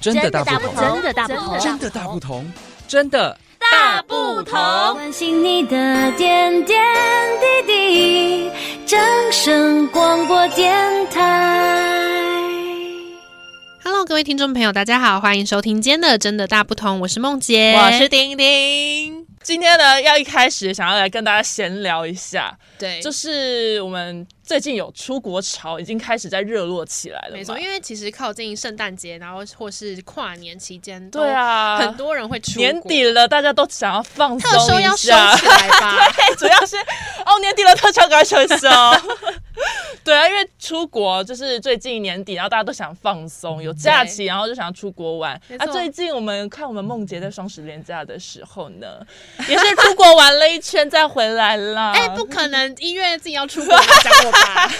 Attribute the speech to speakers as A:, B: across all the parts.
A: 真的大不
B: 不
A: 同，
B: 同
C: 真的大不同
A: 真的大不同，真的
C: 大不同。
B: 关心你的点点滴滴，掌声广播电台。
D: Hello，各位听众朋友，大家好，欢迎收听今天的《真的大不同》，我是梦洁，
C: 我是丁丁。今天呢，要一开始想要来跟大家闲聊一下，
D: 对，
C: 就是是我们最近有出国潮，已经开始在热络起来了嘛。
D: 没错，因为其实靠近圣诞节，然后或是跨年期间，
C: 对，啊，
D: 很多人会出国
C: 年底了，大家都想要放松
D: 特休
C: 一
D: 要收
C: 下。
D: 起来 吧。
C: 对，主要是哦，年底了，特效赶快撤销。 对啊，因为出国就是最近年底，然后大家都想放松，有假期，然后就想要出国玩
D: 嗯没。
C: 啊，
D: 错
C: 最近我们看我们梦洁在双十连假的时候 呢，也是出国玩了一圈再回来啦。
D: 哎、不可能，一月自己要出国，你讲我吧。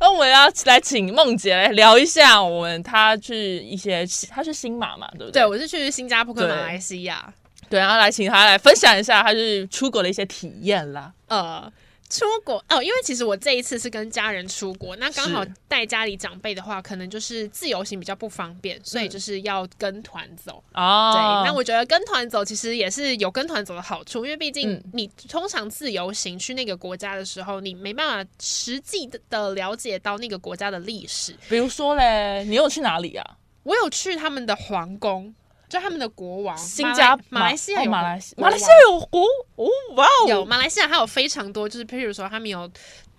C: 那我们要来请梦洁来聊一下我们她去一些，她是新马嘛，对不对？
D: 对，我是去新加坡跟马来西亚，
C: 对，然后来请她来分享一下她去出国的一些体验啦。
D: 呃。出国哦，因为其实我这一次是跟家人出国，那刚好
C: 是
D: 带家里长辈的话，可能就是自由行比较不方便，所以
C: 嗯
D: 就是要跟团走。
C: 哦，
D: 对，那我觉得跟团走其实也是有跟团走的好处，因为毕竟
C: 嗯
D: 你通常自由行去那个国家的时候，你没办法实际的了解到那个国家的历史。
C: 比如说嘞，你有去哪里啊？
D: 我有去他们的皇宫，就他们的国王，
C: 新加
D: 马来马来西亚
C: 哦
D: 有
C: 马来西
D: 国
C: 马
D: 王
C: 来西亚有湖哦，哇哦，
D: 有马来西亚还有非常多，就是譬如说他们有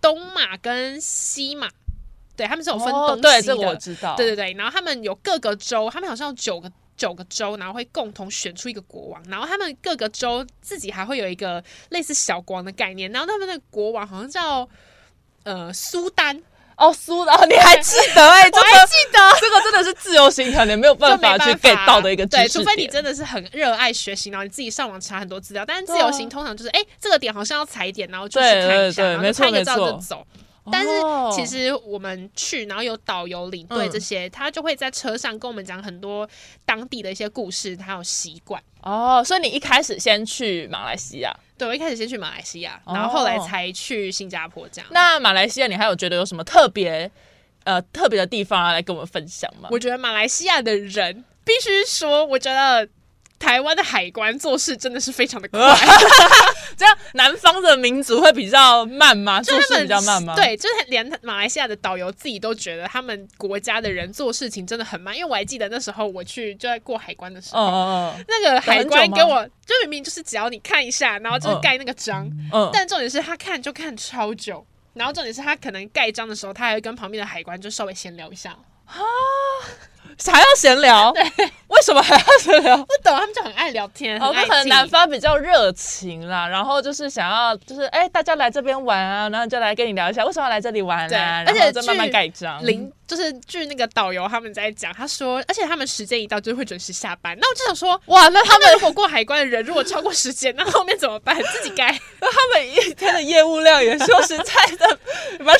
D: 东马跟西马，对他们是有分
C: 哦
D: 东西的。
C: 对，这个我知道，
D: 对对对，然后他们有各个州，他们好像有九个九个州，然后会共同选出一个国王，然后他们各个州自己还会有一个类似小国王的概念，然后他们的国王好像叫呃苏丹，
C: 哦，苏哦，你还记得哎、这
D: 我
C: 个
D: 还记得。
C: 这个真的是自由行，可能没有
D: 就
C: 办
D: 没
C: 法
D: 办
C: 去 get 到的一个知识
D: 对，除非你
C: 点
D: 真的是很热爱学习，然后你自己上网查很多资料。但是
C: 对啊
D: 自由行通常就是，哎、这个点好像要踩点，然后就去
C: 对
D: 看一下，
C: 对对
D: 然后
C: 没
D: 就
C: 错
D: 拍个
C: 没
D: 照就
C: 错
D: 走。但是
C: 哦
D: 其实我们去，然后有导游、领队
C: 嗯
D: 这些，他就会在车上跟我们讲很多当地的一些故事，还有习惯。
C: 哦，所以你一开始先去马来西亚，
D: 对，我一开始先去马来西亚，
C: 哦
D: 然后后来才去新加坡这样。
C: 那马来西亚你还有觉得有什么特别呃特别的地方、啊、来跟我们分享吗？
D: 我觉得马来西亚的人，必须说，我觉得台湾的海关做事真的是非常 的快，
C: 这样南方的民族会比较慢吗？
D: 就
C: 做
D: 他
C: 事
D: 们
C: 比较慢吗？，
D: 对，就是连马来西亚的导游自己都觉得他们国家的人做事情真的很慢，因为我还记得那时候我去就在过海关的时
C: 嗯
D: 候。
C: 嗯
D: 那个海关
C: 等很久
D: 给
C: 吗
D: 我，就明明就是只要你看一下，然后就是
C: 嗯
D: 盖那个章，
C: 嗯嗯，
D: 但重点是他看就看超久，然后重点是他可能盖章的时候，他还会跟旁边的海关就稍微闲聊一下。
C: 还要闲聊，为什么还要闲聊？
D: 不懂，他们就很爱聊天，
C: 哦，
D: 很爱
C: 那可能
D: 记
C: 南方比较热情啦，然后就是想要，就是哎、大家来这边玩啊，然后就来跟你聊一下为什么要来这里玩
D: 对
C: 啊，
D: 而
C: 然
D: 且
C: 后再慢慢
D: 去
C: 盖章。
D: 零就是据那个导游他们在讲，他说，而且他们时间一到就会准时下班。那我就想说，
C: 哇，那他
D: 他
C: 们
D: 们如果过海关的人如果超过时间，那后面怎么 办？自己该
C: 他们一天的业务量也说实在的 蛮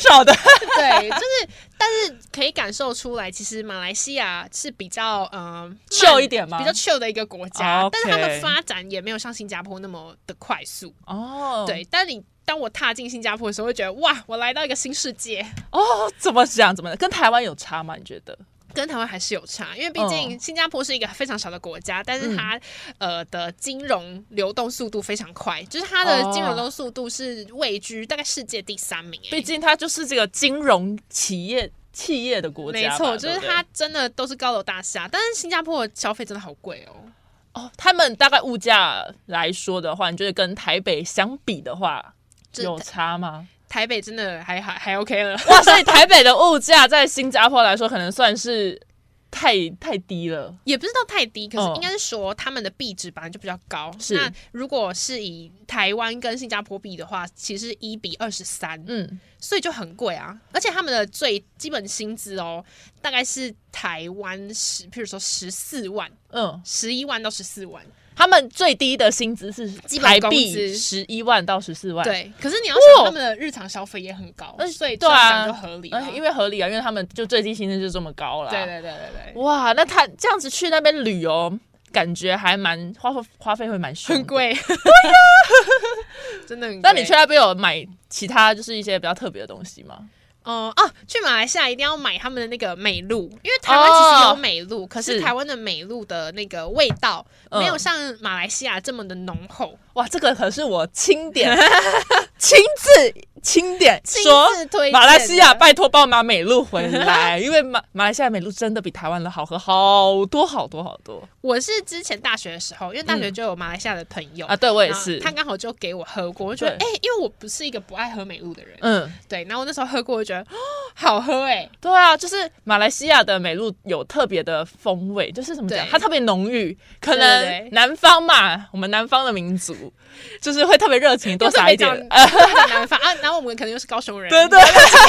C: 少的。
D: 对，就是，但是可以感受出来，其实马来西亚是比较嗯、呃、慢
C: chill 一点吗
D: 比较 chill 的一个国家，
C: 啊，OK
D: 但是他们发展也没有像新加坡那么的快速。
C: 哦，
D: 对，但你当我踏进新加坡的时候，会觉得哇，我来到一个新世界，
C: 哦，怎么讲？怎么跟台湾有差吗？你觉得？
D: 跟台湾还是有差，因为毕
C: 哦
D: 竟新加坡是一个非常小的国家，但
C: 嗯
D: 是它、呃的金融流动速度非常快，就是它的
C: 哦
D: 金融流动速度是位居大概世界第三名、欸，
C: 毕竟它就是这个金融企业企业的国家
D: 没
C: 吧，
D: 错，就是
C: 对不对
D: 它真的都是高楼大厦，但是新加坡的消费真的好贵哦。
C: 哦，他们大概物价来说的话，你觉得跟台北相比的话，
D: 真的
C: 有差吗？
D: 台北真的还还还 OK 了，
C: 哇，所以台北的物价在新加坡来说，可能算是太太低了。
D: 也不是到太低，可是
C: 嗯
D: 应该是说他们的币值本来就比较高。
C: 是
D: 那如果是以台湾跟新加坡比的话，其实一比二十三，
C: 嗯，
D: 所以就很贵啊。而且他们的最基本薪资哦，大概是台湾十，譬如说十四万、
C: 嗯，
D: 十一万到十四万。
C: 他们最低的薪资是
D: 基本
C: 台
D: 工
C: 币
D: 资
C: 十一万到十四万，，
D: 对，可是你要想他
C: 哇
D: 们的日常消费也很高，所以这
C: 对
D: 样
C: 啊，
D: 想就合理了、
C: 呃因为合理啊，因为他们就最低薪资就这么高了。
D: 对对对对对，
C: 哇，那他这样子去那边旅游，感觉还蛮花费花费会蛮凶的
D: 很。贵，
C: 啊
D: 真的很贵。
C: 那你去那边有买其他就是一些比较特别的东西吗？
D: 哦、啊，去马来西亚一定要买他们的那个美露，因为台湾其实有美露，可是
C: 哦是
D: 台湾的美露的那个味道
C: 嗯
D: 没有像马来西亚这么的浓厚。
C: 哇，这个可是我钦 点亲自钦点
D: 亲
C: 说
D: 自推荐的
C: 马来西亚拜托帮我拿美露回来，因为马马来西亚美露真的比台湾的好喝好多好多好多
D: 我是之前大学的时候，因为大学就有马来西亚的朋友
C: 嗯啊！对我
D: 我
C: 也是，
D: 他刚好就给我喝过，我就觉得哎、
C: 对
D: 因为我不是一个不爱喝美露的人，
C: 嗯，
D: 对，然后我那时候喝过，我就觉得哦，好喝哎、
C: 对啊，就是马来西亚的美露有特别的风味，就是怎么讲，
D: 对
C: 它特别浓郁。可
D: 对对对
C: 能南方嘛，我们南方的民族就是会特别热情，多
D: 特
C: 撒一
D: 别
C: 点
D: 讲，
C: 呃，
D: 特别南方啊，然后我们可能又是高雄人，
C: 对对，
D: 硬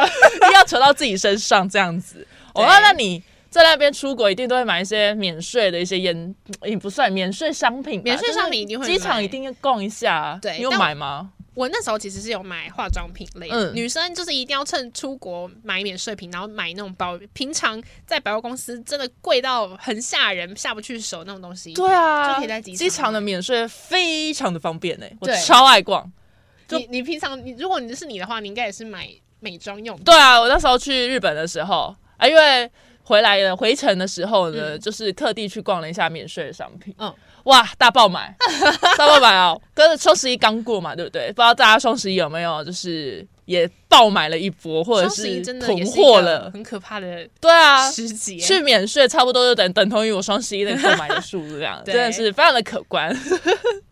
D: 要扯。
C: 一 定要扯到自己身上这样子。哦，
D: 对
C: 那那你在那边出国一定都会买一些免税的一些烟，嗯也不算免税商品吧，
D: 免税商品
C: 就
D: 一定会
C: 是
D: 买
C: 机场一定要逛一下啊。
D: 对
C: 你有
D: 但
C: 买吗？
D: 我那时候其实是有买化妆品类的，
C: 嗯
D: 女生就是一定要趁出国买免税品，然后买那种包，平常在百货公司真的贵到很吓人，下不去手那种东西。
C: 对啊，
D: 就可以在机场
C: 场的免税非常的方便呢、欸我
D: 对
C: 超爱逛。就
D: 你你平常你如果你是你的话，你应该也是买美妆用品。
C: 对啊，我那时候去日本的时候啊，因为回来了回程的时候呢，
D: 嗯
C: 就是特地去逛了一下免税的商品。
D: 嗯
C: 嗯，哇，大 爆买，大爆买哦！跟双十一刚过嘛，对不对？不知道大家双十一有没有就是也爆买了一波，或者
D: 双十一真的也
C: 囤
D: 是一
C: 货
D: 个
C: 了？
D: 很可怕的
C: 对啊，
D: 时节。
C: 去免税差不多就等等同于我双十一的购买的数量，
D: 对
C: 真的是非常的可 观。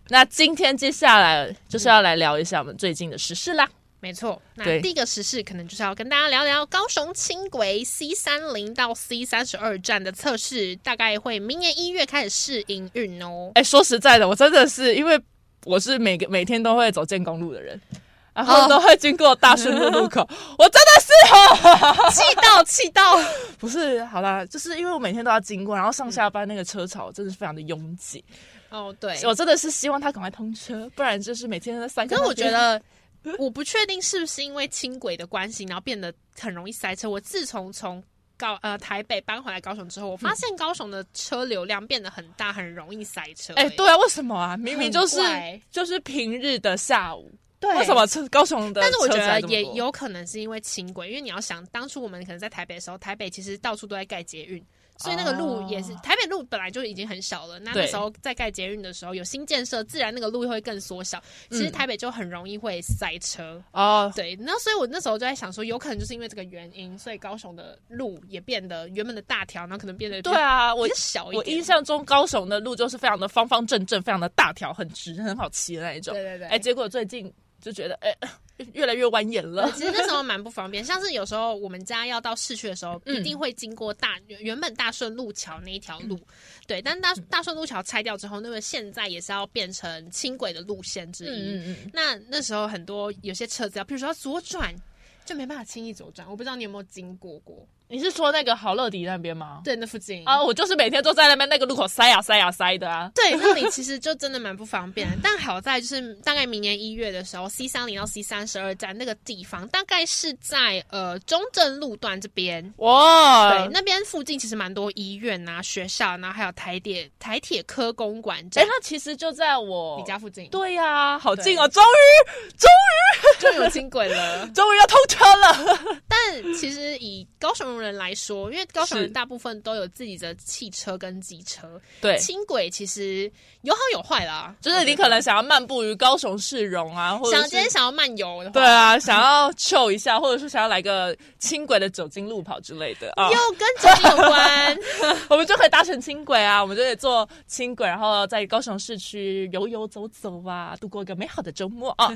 C: 那今天接下来就是要来聊一下我们最近的时事啦。
D: 没错，那
C: 对
D: 第一个时事可能就是要跟大家聊聊高雄轻轨 C 三零到 C 三十二站的测试，大概会明年一月开始试营运 哦。
C: 哎、说实在的，我真的是因为我是每个每天都会走建工路的人，然后都会经过大顺路路口，
D: 哦
C: 我真的是
D: 气到气到，
C: 不是好啦，就是因为我每天都要经过，然后上下班那个车潮真的是非常的拥挤，
D: 哦对，
C: 我真的是希望它赶快通车，不然就是每天都在塞。
D: 可是我觉。得，我不确定是不是因为轻轨的关系，然后变得很容易塞车。我自从从高呃台北搬回来高雄之后，我
C: 嗯
D: 发现高雄的车流量变得很大，很容易塞车、欸
C: 哎、对啊，为什么啊？明明就是
D: 很怪
C: 就是平日的下午，
D: 对
C: 为什么车高雄的车
D: 但是我觉
C: 子
D: 得
C: 还这么
D: 也
C: 多
D: 有可能是因为轻轨，因为你要想，当初我们可能在台北的时候，台北其实到处都在盖捷运，所以那个路也是、
C: 哦
D: 台北路本来就已经很小了。那那
C: 对
D: 时候在盖捷运的时候，有新建设，自然那个路会更缩小。其实
C: 嗯
D: 台北就很容易会塞车。
C: 哦，
D: 对，那所以我那时候就在想说，有可能就是因为这个原因，所以高雄的路也变得原本的大条，然后可能变得
C: 对，啊，
D: 我
C: 我
D: 小一
C: 我
D: 点。
C: 印象中高雄的路就是非常的方方正正，非常的大条，很直，很好骑的那一种。
D: 对对对
C: 哎、结果最近就觉得哎、越来越蜿蜒 了
D: 呃。其实那时候蛮不方便，像是有时候我们家要到市区的时候，
C: 嗯
D: 一定会经过大原本大顺路桥那一条路，
C: 嗯
D: 对，但大大顺路桥拆掉之后，那个现在也是要变成轻轨的路线之一。
C: 嗯嗯，
D: 那那时候很多有些车子要，比如说要左转，就没办法轻易左转。我不知道你有没有经过过，
C: 你是说那个好乐迪那边吗？
D: 对，那附近
C: 啊，我就是每天都在那边那个路口塞呀、塞呀、塞的啊。
D: 对，那里其实就真的蛮不方便的。但好在就是大概明年一月的时候，C 三零到 C 三十二站那个地方，大概是在呃中正路段这边。
C: 哇嗯哎
D: 对，，那边附近其实蛮多医院啊、学校，然后还有台铁台铁科公馆
C: 哎、
D: 站，
C: 那其实就在我
D: 你家附近，
C: 对呀、好近哦，
D: 对
C: 终于。
D: 就有轻轨了
C: 终于要通车了。
D: 但其实以高雄人来说，因为高雄人
C: 是
D: 大部分都有自己的汽车跟机车，
C: 对
D: 轻轨其实有好有坏啦。
C: 就是你可能想要漫步于高雄市容啊，或者
D: 想
C: 是
D: 今天想要漫游的话，
C: 对啊，想要 chill 一下，或者是想要来个轻轨的酒精路跑之类的啊，
D: 又跟酒精有 关。
C: 我们就可以搭乘轻轨啊，我们就可以坐轻轨，然后在高雄市区游游走走啊，度过一个美好的周末啊。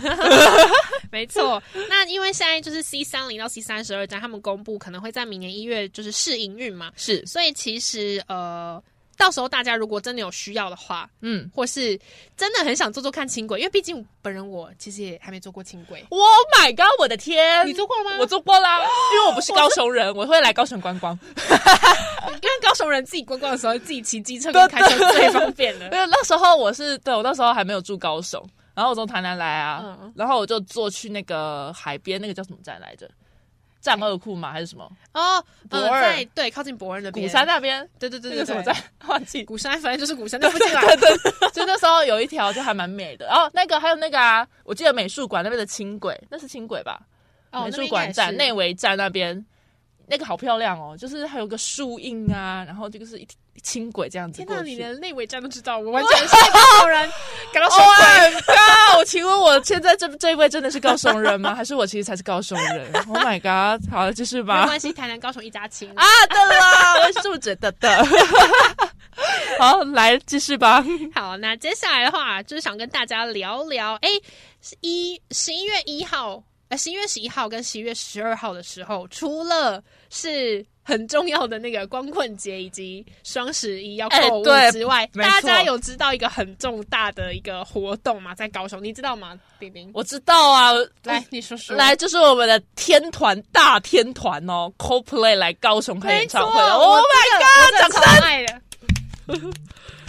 D: 没错，那因为现在就是 C 三零到 C 三十二站，他们公布可能会在明年一月就是试营运嘛，
C: 是，
D: 所以其实呃，到时候大家如果真的有需要的话，
C: 嗯，
D: 或是真的很想做做看轻轨，因为毕竟本人我其实也还没做过轻轨，
C: 我 Oh my god，我的天！
D: 你做过了吗？
C: 我做过 啦，因为我不是高雄人，我会来高雄观 光。
D: 因为高雄人自己观光的时候，自己骑机车跟开车最方便了
C: 因。为那时候我是对我那时候还没有住高雄，然后我从台南来啊，
D: 嗯
C: 然后我就坐去那个海边，那个叫什么站来着？战二库吗？还是什么？
D: 哦，
C: 博
D: 呃，
C: 尔
D: 在对靠近博恩那边，
C: 鼓山，那边？
D: 对对对
C: 那
D: 对
C: 个什么
D: 对，
C: 站？忘 记。
D: 鼓山反正就是鼓山那附近啦。
C: 就那时候有一哦条就还蛮美的，然后那个还有那个啊，我记得美术馆那边的轻轨，那是轻轨吧？
D: 哦那
C: 美术
D: 边应该
C: 馆
D: 也
C: 站
D: 是
C: 内围站那边，那个好漂亮哦，就是还有个树荫啊，然后这个是一轻轨这样子
D: 天
C: 过
D: 哪，
C: 去。
D: 你连内围站都知道，我 完全是告人感到羞愧。
C: Oh my god！请问我现在这这位真的是高雄人吗？ 还是我其实才是高雄人？Oh my god！好了，继续
D: 没
C: 吧。
D: 关系，台南高雄一家 亲
C: 啊，对啦，我也是这么觉得的。 好，来继续吧。
D: 好，那接下来的话就是想跟大家聊聊，哎，是一十一月一号，呃，十一月十一号跟十一月十二号的时候，除了是很重要的那个光棍节以及双十一要购物
C: 哎对
D: 之外，
C: 没
D: 大
C: 错
D: 家有知道一个很重大的一个活动吗？在高雄，你知道吗，冰冰？
C: 我知道啊，
D: 来，你说说。
C: 来，就是我们的天团大天团哦，CoPlay 来高雄开
D: 没
C: 演
D: 错，
C: 唱会了。
D: 我
C: Oh
D: 这
C: my god！
D: 个我真的
C: 掌声！
D: 超爱的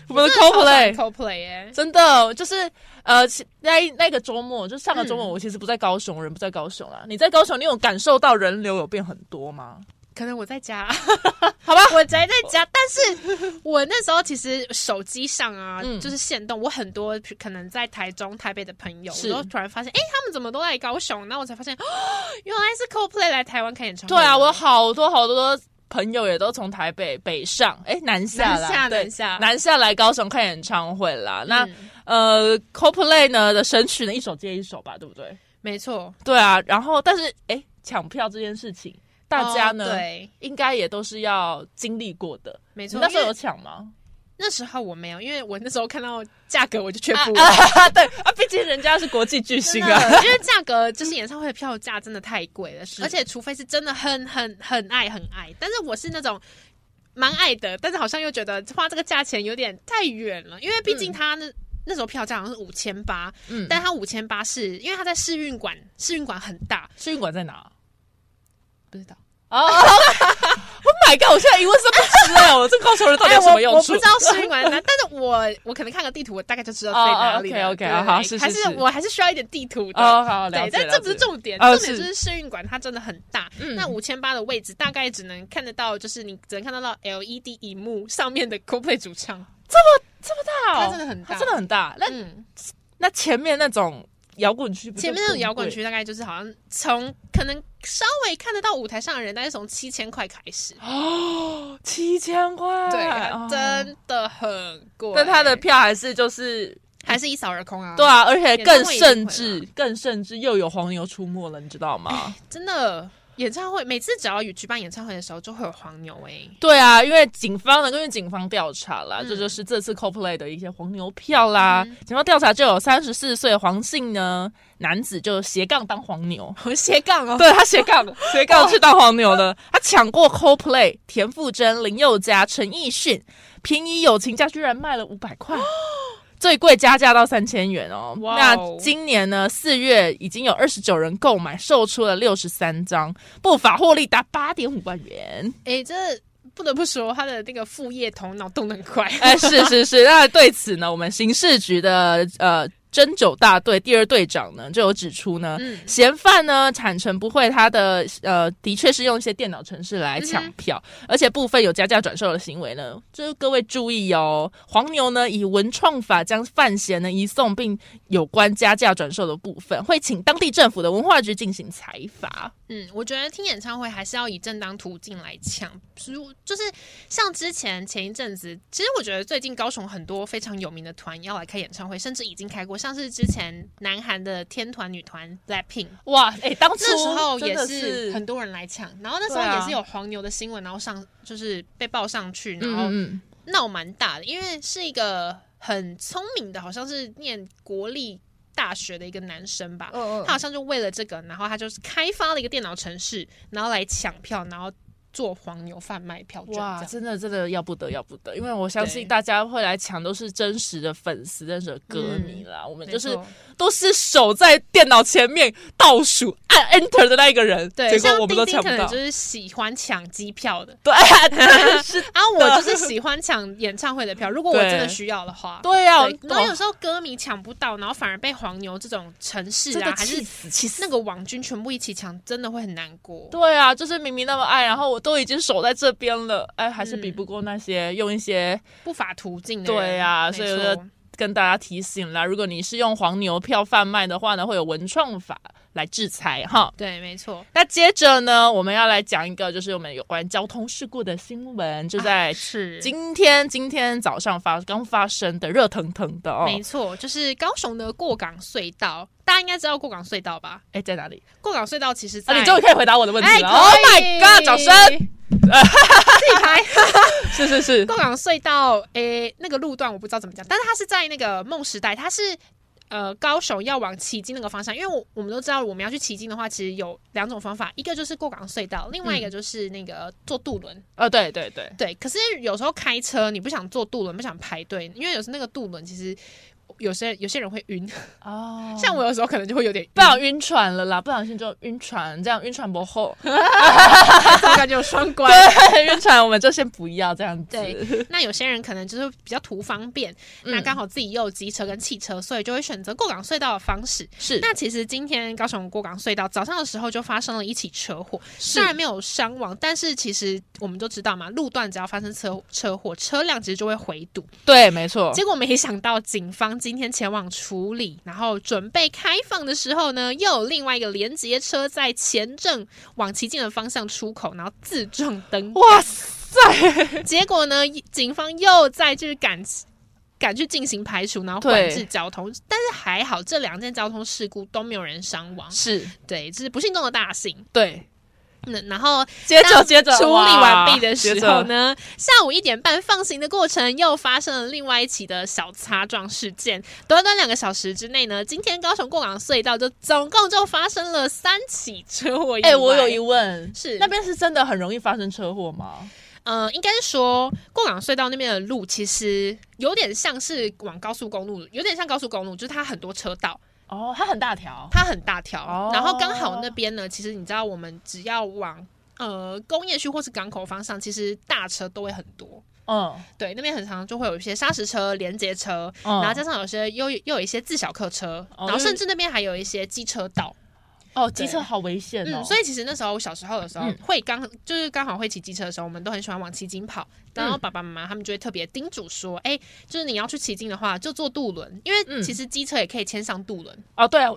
C: 我们的
D: ，CoPlay
C: CoPlay
D: CoPlay 哎，
C: 真的就是呃，其那那个周末，就上个周末，
D: 嗯
C: 我其实不在高雄，人不在高雄啊。你在高雄，你有感受到人流有变很多吗？
D: 可能我在家。
C: 好吧，
D: 我宅在 家，但是我那时候其实手机上啊，
C: 嗯
D: 就是限动，我很多可能在台中、台北的朋友，我
C: 是
D: 都突然发现，哎、他们怎么都来高雄？然后我才发现，哦， 原来是 CoPlay 来台湾开演唱会。
C: 对啊，我有好多好多朋友也都从台北北上，哎、南下啦，
D: 南下
C: 对
D: 南下
C: 南下来高雄看演唱会啦。那、
D: 嗯
C: 呃，CoPlay 呢的神曲呢，一首接一首吧，对不对？
D: 没错，
C: 对啊，然后但是哎，抢票这件事情，大家呢、
D: 哦对，
C: 应该也都是要经历过的。
D: 没
C: 你
D: 错。
C: 那时候
D: 因为
C: 有抢吗？
D: 那时候我没有，因为我那时候看到价格我就却
C: 啊
D: 步。
C: 啊，对啊，毕竟人家是国际巨星
D: 真
C: 啊。
D: 的，因为价格就是演唱会的票价真的太贵了，而且除非是真的很很很爱很爱，但是我是那种蛮爱的，但是好像又觉得花这个价钱有点太远了，因为毕竟他那、那时候票价好像是五千八，
C: 嗯，但
D: 但他五千八是因为他在试运馆，试运馆很大，
C: 试运馆在哪？
D: 不知道。
C: 哦，Oh my god！我现在一问三不知哎，我这高雄
D: 哦
C: 人到底有什么
D: 我
C: 用
D: 我
C: 处？
D: 不知道试运馆在 哪，但是我我可能看个地图，我大概就知道在哪里了。
C: 哦哦，OK，OK，
D: 对对对
C: 好是
D: 还
C: 是
D: 是
C: 是
D: 我还是需要一点地图的。
C: 哦，好，了
D: 对
C: 解，
D: 但这不是
C: 了解
D: 重点，
C: 哦
D: 重点
C: 是
D: 就是试运馆它真的很大。
C: 嗯
D: 那五千八的位置大概只能看得到，就是你只能看得到 LED 荧幕上面的 CoPlay 主唱。
C: 它
D: 它真的很大
C: 哦它真的很大。那
D: 嗯，
C: 那前面那种摇滚区不就
D: 前
C: 更贵，
D: 面那种摇滚区大概就是好像从可能稍微看得到舞台上的人，大概从七千块开始。
C: 哦，七千块，
D: 对，
C: 哦
D: 它真的很贵。
C: 但他的票还是就是
D: 还是一扫而空啊！
C: 对，啊，而且更甚
D: 演唱会一定
C: 至更甚至又有黄牛出没了，你知 道吗？
D: 真的。演唱会每次只要有举办演唱会的时候，就会有黄牛哎、
C: 对啊，因为警方呢，因为警方调查啦，
D: 嗯
C: 这就是这次 CoPlay 的一些黄牛票啦。
D: 嗯
C: 警方调查就有三十四岁黄姓呢男子就斜杠当黄牛，
D: 我斜杠哦，
C: 对他 斜杠斜杠去当黄牛了，他抢过 CoPlay、田馥甄、林宥嘉、陈奕迅，便宜友情价居然卖了五百 块。最贵加价到三千元哦。
D: 哇
C: 那
D: 哦
C: 今年呢，四月已经有二十九人购买，售出了六十三张，不法获利达八点五万 元。
D: 哎、这不得不说他的那个副业头脑动得很快。
C: 哎，是是是。那对此呢，我们刑事局的呃侦九大队第二队长呢就有指出呢，
D: 嗯
C: 嫌犯呢坦诚不会他的呃的确是用一些电脑程式来
D: 嗯
C: 抢票，而且部分有加价转售的行为呢，就是各位注意哦，黄牛呢以文创法将范闲呢移送，并有关加价转售的部分，会请当地政府的文化局进行裁罚。
D: 嗯，我觉得听演唱会还是要以正当途径来抢，如就是像之前前一阵子，其实我觉得最近高雄很多非常有名的团要来开演唱会，甚至已经开过，像是之前南韩的天团女团 BLACKPINK，
C: 哇，哎、当初
D: 那时候也
C: 真的
D: 是很多人来抢，然后那时候
C: 对啊
D: 也是有黄牛的新闻，然后上就是被报上去，然
C: 嗯
D: 后
C: 嗯嗯，
D: 闹蛮大的，因为是一个很聪明的，好像是念国立大学的一个男生吧，
C: 嗯
D: 他好像就为了这个，然后他就是开发了一个电脑程式，然后来抢票，然后做黄牛贩卖票券这
C: 哇，
D: 样。
C: 真的真的要不得要不得，因为我相
D: 对
C: 信大家会来抢都是真实的粉丝、真实的歌迷啦。我们
D: 嗯没
C: 就是
D: 错
C: 都是守在电脑前面倒数按 Enter 的那一个人，
D: 对，
C: 结
D: 像
C: 果我们都
D: 丁丁
C: 抢
D: 可
C: 不
D: 能
C: 到
D: 就。是喜欢抢机票的，
C: 对啊， 真是
D: 啊，我就是喜欢抢演唱会的票。如果我真的
C: 对
D: 需要的话，
C: 对啊，
D: 对然后有
C: 哇
D: 时候歌迷抢不到，然后反而被黄牛这种城市
C: 真
D: 啊，
C: 的
D: 还
C: 气
D: 是
C: 死气死
D: 那。个网军全部一起抢，真的会很难过。
C: 对啊，就是明明那么爱，然后我都已经守在这边了，哎，还是
D: 嗯
C: 比不过那些用一些
D: 不法途径的人。
C: 对啊
D: 没
C: 所以我
D: 错
C: 就跟大家提醒啦，如果你是用黄牛票贩卖的话呢，会有文创法来制裁哈。
D: 对，没错，
C: 那接着呢，我们要来讲一个就是我们有关交通事故的新闻，就在
D: 啊是
C: 今天今天早上发刚发生的热腾腾的哦。
D: 没错，就是高雄的过港隧道，大家应该知道过港隧道吧？
C: 哎，在哪里？
D: 过港隧道其实在，
C: 啊，你终于可以回答我的问题
D: 哎
C: 了。
D: 可
C: oh my
D: 以
C: god！掌声。
D: 自己拍。
C: 是是是，
D: 过港隧道，诶、那个路段我不知道怎么讲，但是它是在那个梦时代，它是呃高雄要往旗津那个方向，因为我我们都知道我们要去旗津的话，其实有两种方法，一个就是过港隧道，另外一个
C: 嗯
D: 就是那个坐渡轮。
C: 呃，对对对，
D: 对，可是有时候开车你不想坐渡轮，不想排队，因为有时那个渡轮其实。有些有些人会晕，
C: 哦
D: 像我有时候可能就会有点晕，
C: 不小心晕船了啦，不小心就晕船，这样晕船不后，
D: 我感觉有双关。
C: 对， 晕船我们就先不要这样子。
D: 对，那有些人可能就是比较图方便，
C: 嗯
D: 那刚好自己又有机车跟汽车，所以就会选择过港隧道的方式。
C: 是
D: 那其实今天高雄过港隧道早上的时候就发生了一起车祸，
C: 是
D: 虽然没有伤亡，但是其实我们都知道嘛，路段只要发生车车祸，车辆其实就会回堵。
C: 对，没错，
D: 结果没想到警方今天前往处理，然后准备开放的时候呢，又有另外一个连接车在前正往旗津的方向出口，然后自撞灯。
C: 哇 塞，
D: 结果呢，警方又再就是赶赶去进行排除，然后管
C: 对
D: 制交通。但是还好，这两件交通事故都没有人伤亡，
C: 是
D: 对，这是不幸中的大幸。
C: 对。
D: 那然后
C: 接着接着
D: 处理
C: 哇
D: 完毕的时候
C: 接着
D: 呢，下午一点半放行的过程又发生了另外一起的小擦撞事件。短短两个小时之内呢，今天高雄过港隧道就总共就发生了三起车祸意外。
C: 哎、我有疑问，
D: 是
C: 那边是真的很容易发生车祸吗？
D: 呃，应该是说过港隧道那边的路其实有点像是往高速公路，有点像高速公路，就是它很多车道，
C: 哦，它很大条，
D: 它很大条。
C: 哦
D: 然后刚好那边呢，其实你知道，我们只要往呃工业区或是港口方向，其实大车都会很多。
C: 嗯
D: 对，那边很常就会有一些砂石车、连接车，
C: 嗯，
D: 然后加上有些又又有一些自小客车，
C: 哦
D: 然后
C: 就是
D: 甚至那边还有一些机车道。
C: 哦，机车
D: 对
C: 好危险哦，
D: 嗯，所以其实那时候我小时候的时候，
C: 嗯
D: 会刚就是刚好会骑机车的时候，我们都很喜欢往骑津跑。然
C: 嗯
D: 后爸爸妈妈他们就会特别叮嘱说：“哎、就是你要去骑津的话，就坐渡轮，因为
C: 嗯
D: 其实机车也可以牵上渡轮。
C: 哦，对啊，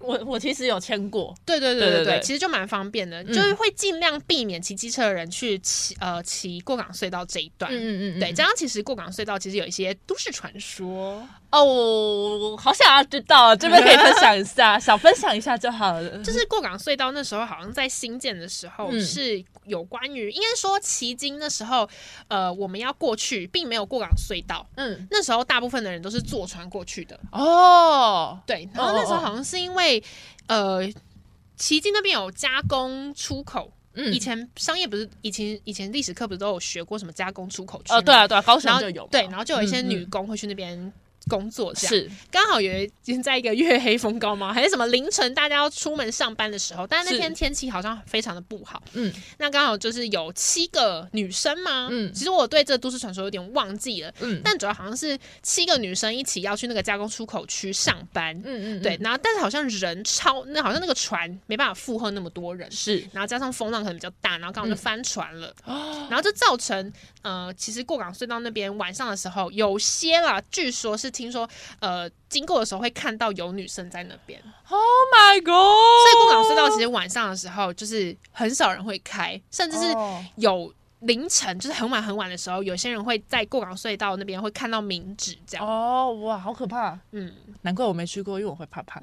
C: 我我其实有签过，
D: 对对对
C: 对
D: 对
C: 对对
D: 其实就蛮方便的，
C: 嗯
D: 就是会尽量避免骑机车的人去骑呃骑过港隧道这一段。
C: 嗯
D: 对，加上其实过港隧道其实有一些都市传说，
C: 哦，我好想要知道，这边可以分享一下，想分享一下就好了。
D: 就是过港隧道那时候好像在新建的时候
C: 嗯
D: 是有关于，应该说旗津那时候，呃，我们要过去，并没有过港隧道，
C: 嗯，
D: 那时候大部分的人都是坐船过去的。
C: 哦，
D: 对，然后那时候好像是因为，呃，旗津那边有加工出口，
C: 嗯
D: 以前商业不是以前以前历史课不是都有学过什么加工出口区吗
C: 哦，对啊，，对啊，高
D: 然
C: 雄
D: 后
C: 就有嘛，
D: 对，然后就有一些
C: 嗯
D: 女
C: 嗯
D: 工会去那边工作，这样
C: 是
D: 刚好有一天在一个月黑风高吗？还是什么凌晨大家要出门上班的时候，但是那
C: 是
D: 天天气好像非常的不好。
C: 嗯，
D: 那刚好就是有七个女生嘛。
C: 嗯
D: 其实我对这都市传说有点忘记了，
C: 嗯
D: 但主要好像是七个女生一起要去那个加工出口区上班。
C: 嗯嗯，
D: 对，然后但是好像人超，那好像那个船没办法负荷那么多人。
C: 是嗯哦
D: 然后加上风浪可能比较大，然后刚好就翻船了，然后就造成呃，其实过港隧道那边晚上的时候，有些啦，据说是听说呃，经过的时候会看到有女生在那边，所
C: ，Oh my God，
D: 以过港隧道其实晚上的时候就是很少人会开，甚至是
C: 哦
D: 有凌晨，就是很晚很晚的时候，有些人会在过港隧道那边会看到冥纸这样，
C: 哦，哇，好可怕，
D: 嗯，
C: 难怪我没去过，因为我会怕怕。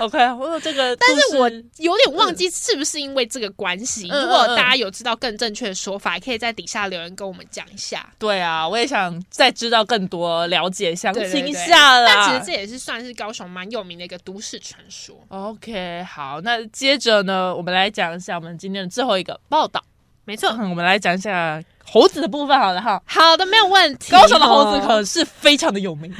C: OK，我有这个故事，
D: 但是我有点忘记是不是因为这个关系，
C: 嗯
D: 如果
C: 嗯嗯
D: 大家有知道更正确的说法，也可以在底下留言跟我们讲一下。
C: 对啊，我也想再知道更多，了解详
D: 对对
C: 嗯情一
D: 对
C: 下啦。
D: 但其实这也是算是高雄蛮有名的一个都市传说。
C: OK，好，那接着呢，我们来讲一下我们今天的最后一个报道。
D: 没错，
C: 嗯，我们来讲一下猴子的部分好了哈。
D: 好的，没有问题。哦
C: 高雄的猴子可是非常的有 名，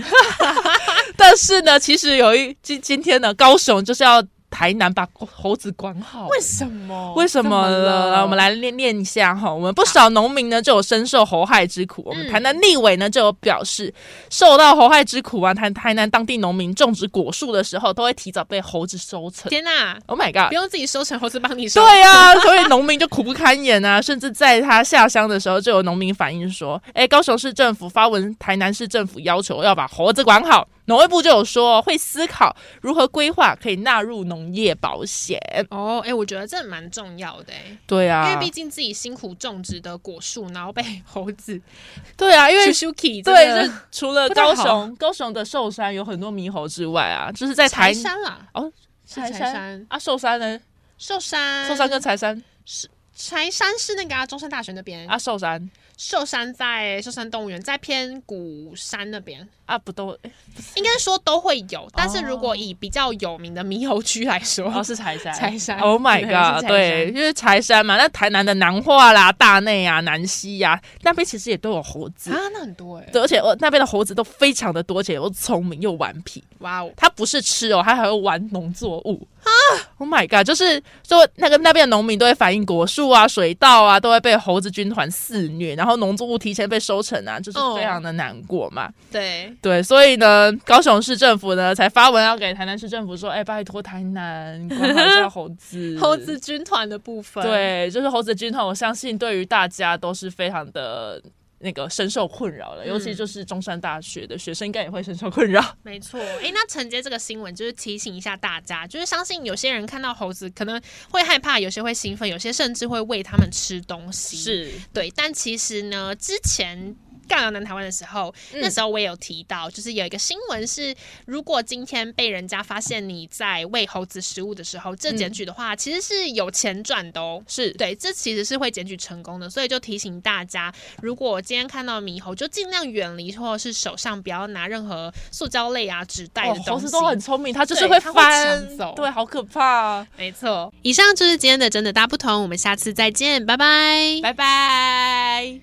C: 但是呢，其实有一今今天呢，高雄就是要台南把猴子管好。
D: 为什么？
C: 为什么呢？来我们来念念一下哈。我们不少农民呢就有深受猴害之苦，我们
D: 嗯
C: 台南立委呢就有表示，受到猴害之苦啊，台台南当地农民种植果树的时候，都会提早被猴子收成。
D: 天哪、
C: Oh my god！
D: 不用自己收成，猴子帮你收。
C: 对啊呀、所以农民就苦不堪言啊！ 甚至在他下乡的时候，就有农民反映说：“哎，高雄市政府发文，台南市政府要求要把猴子管好。”农卫部就有说会思考如何规划可以纳入农业保险。
D: 哦，哎、我觉得这蛮重要的、欸，
C: 对啊，
D: 因为毕竟自己辛苦种植的果树，然后被猴子
C: 对啊，因为
D: Suki
C: 对，就除了
D: 不太
C: 高
D: 好
C: 雄高雄的寿山有很多猕猴之外啊，就是在台
D: 柴山啦，
C: 哦，
D: 是
C: 柴
D: 柴
C: 山
D: 山
C: 啊，寿山呢？
D: 寿山，
C: 寿山跟柴山
D: 柴山是那个、啊、中山大学那边
C: 啊，，寿山
D: 寿山在寿山动物园，在偏谷山那边，
C: 啊，不都
D: 应该说都会有。但是如果以比较有名的猕猴区来说，
C: 哦是柴山，
D: 柴山
C: Oh my
D: 对是柴
C: god！
D: 山
C: 对，因为柴山嘛，那台南的南化啦、大内啊、南溪呀、那边其实也都有猴子。
D: 啊，那很多哎、
C: 对，而且我那边的猴子都非常的多，而且又聪明又顽皮。
D: 哇哦，
C: 它不是吃哦，它还会玩农作物啊！Oh my god！就是说那个那边的农民都会反映果树啊、水稻啊，都会被猴子军团肆虐，然后农作物提前被收成啊，就是
D: 哦
C: 非常的难过嘛。
D: 对，，
C: 对，所以呢，高雄市政府呢才发文要给台南市政府说，哎、拜托台南管好一下猴 子
D: 猴子。军团的部分，，
C: 对，就是猴子军团，我相信对于大家都是非常的那个深受困扰了，尤其就是中山大学的学生应该也会深受困扰。
D: 没错。哎、那承接这个新闻，就是提醒一下大家，就是相信有些人看到猴子可能会害怕，有些会兴奋，有些甚至会喂它们吃东西。，对，但其实呢，之前。尬聊南台湾的时候，那时候我也有提到，就是有一个新闻是，如果今天被人家发现你在喂猴子食物的时候，这检举的话，其实是有钱赚的哦。
C: 是，
D: 对，这其嗯实是会检举成功的，所以就提醒大家，如果今天看到猕猴，就尽量远离，或者是手上不要拿任何塑胶类啊、纸袋
C: 哦
D: 的，
C: 猴
D: 东西。
C: 子都很聪明，它就是
D: 对
C: 会
D: 它会
C: 翻
D: 抢走，
C: 对，好可怕、啊，
D: 没错。以上就是今天的真的大不同，我们下次再见，拜拜。
C: 拜拜。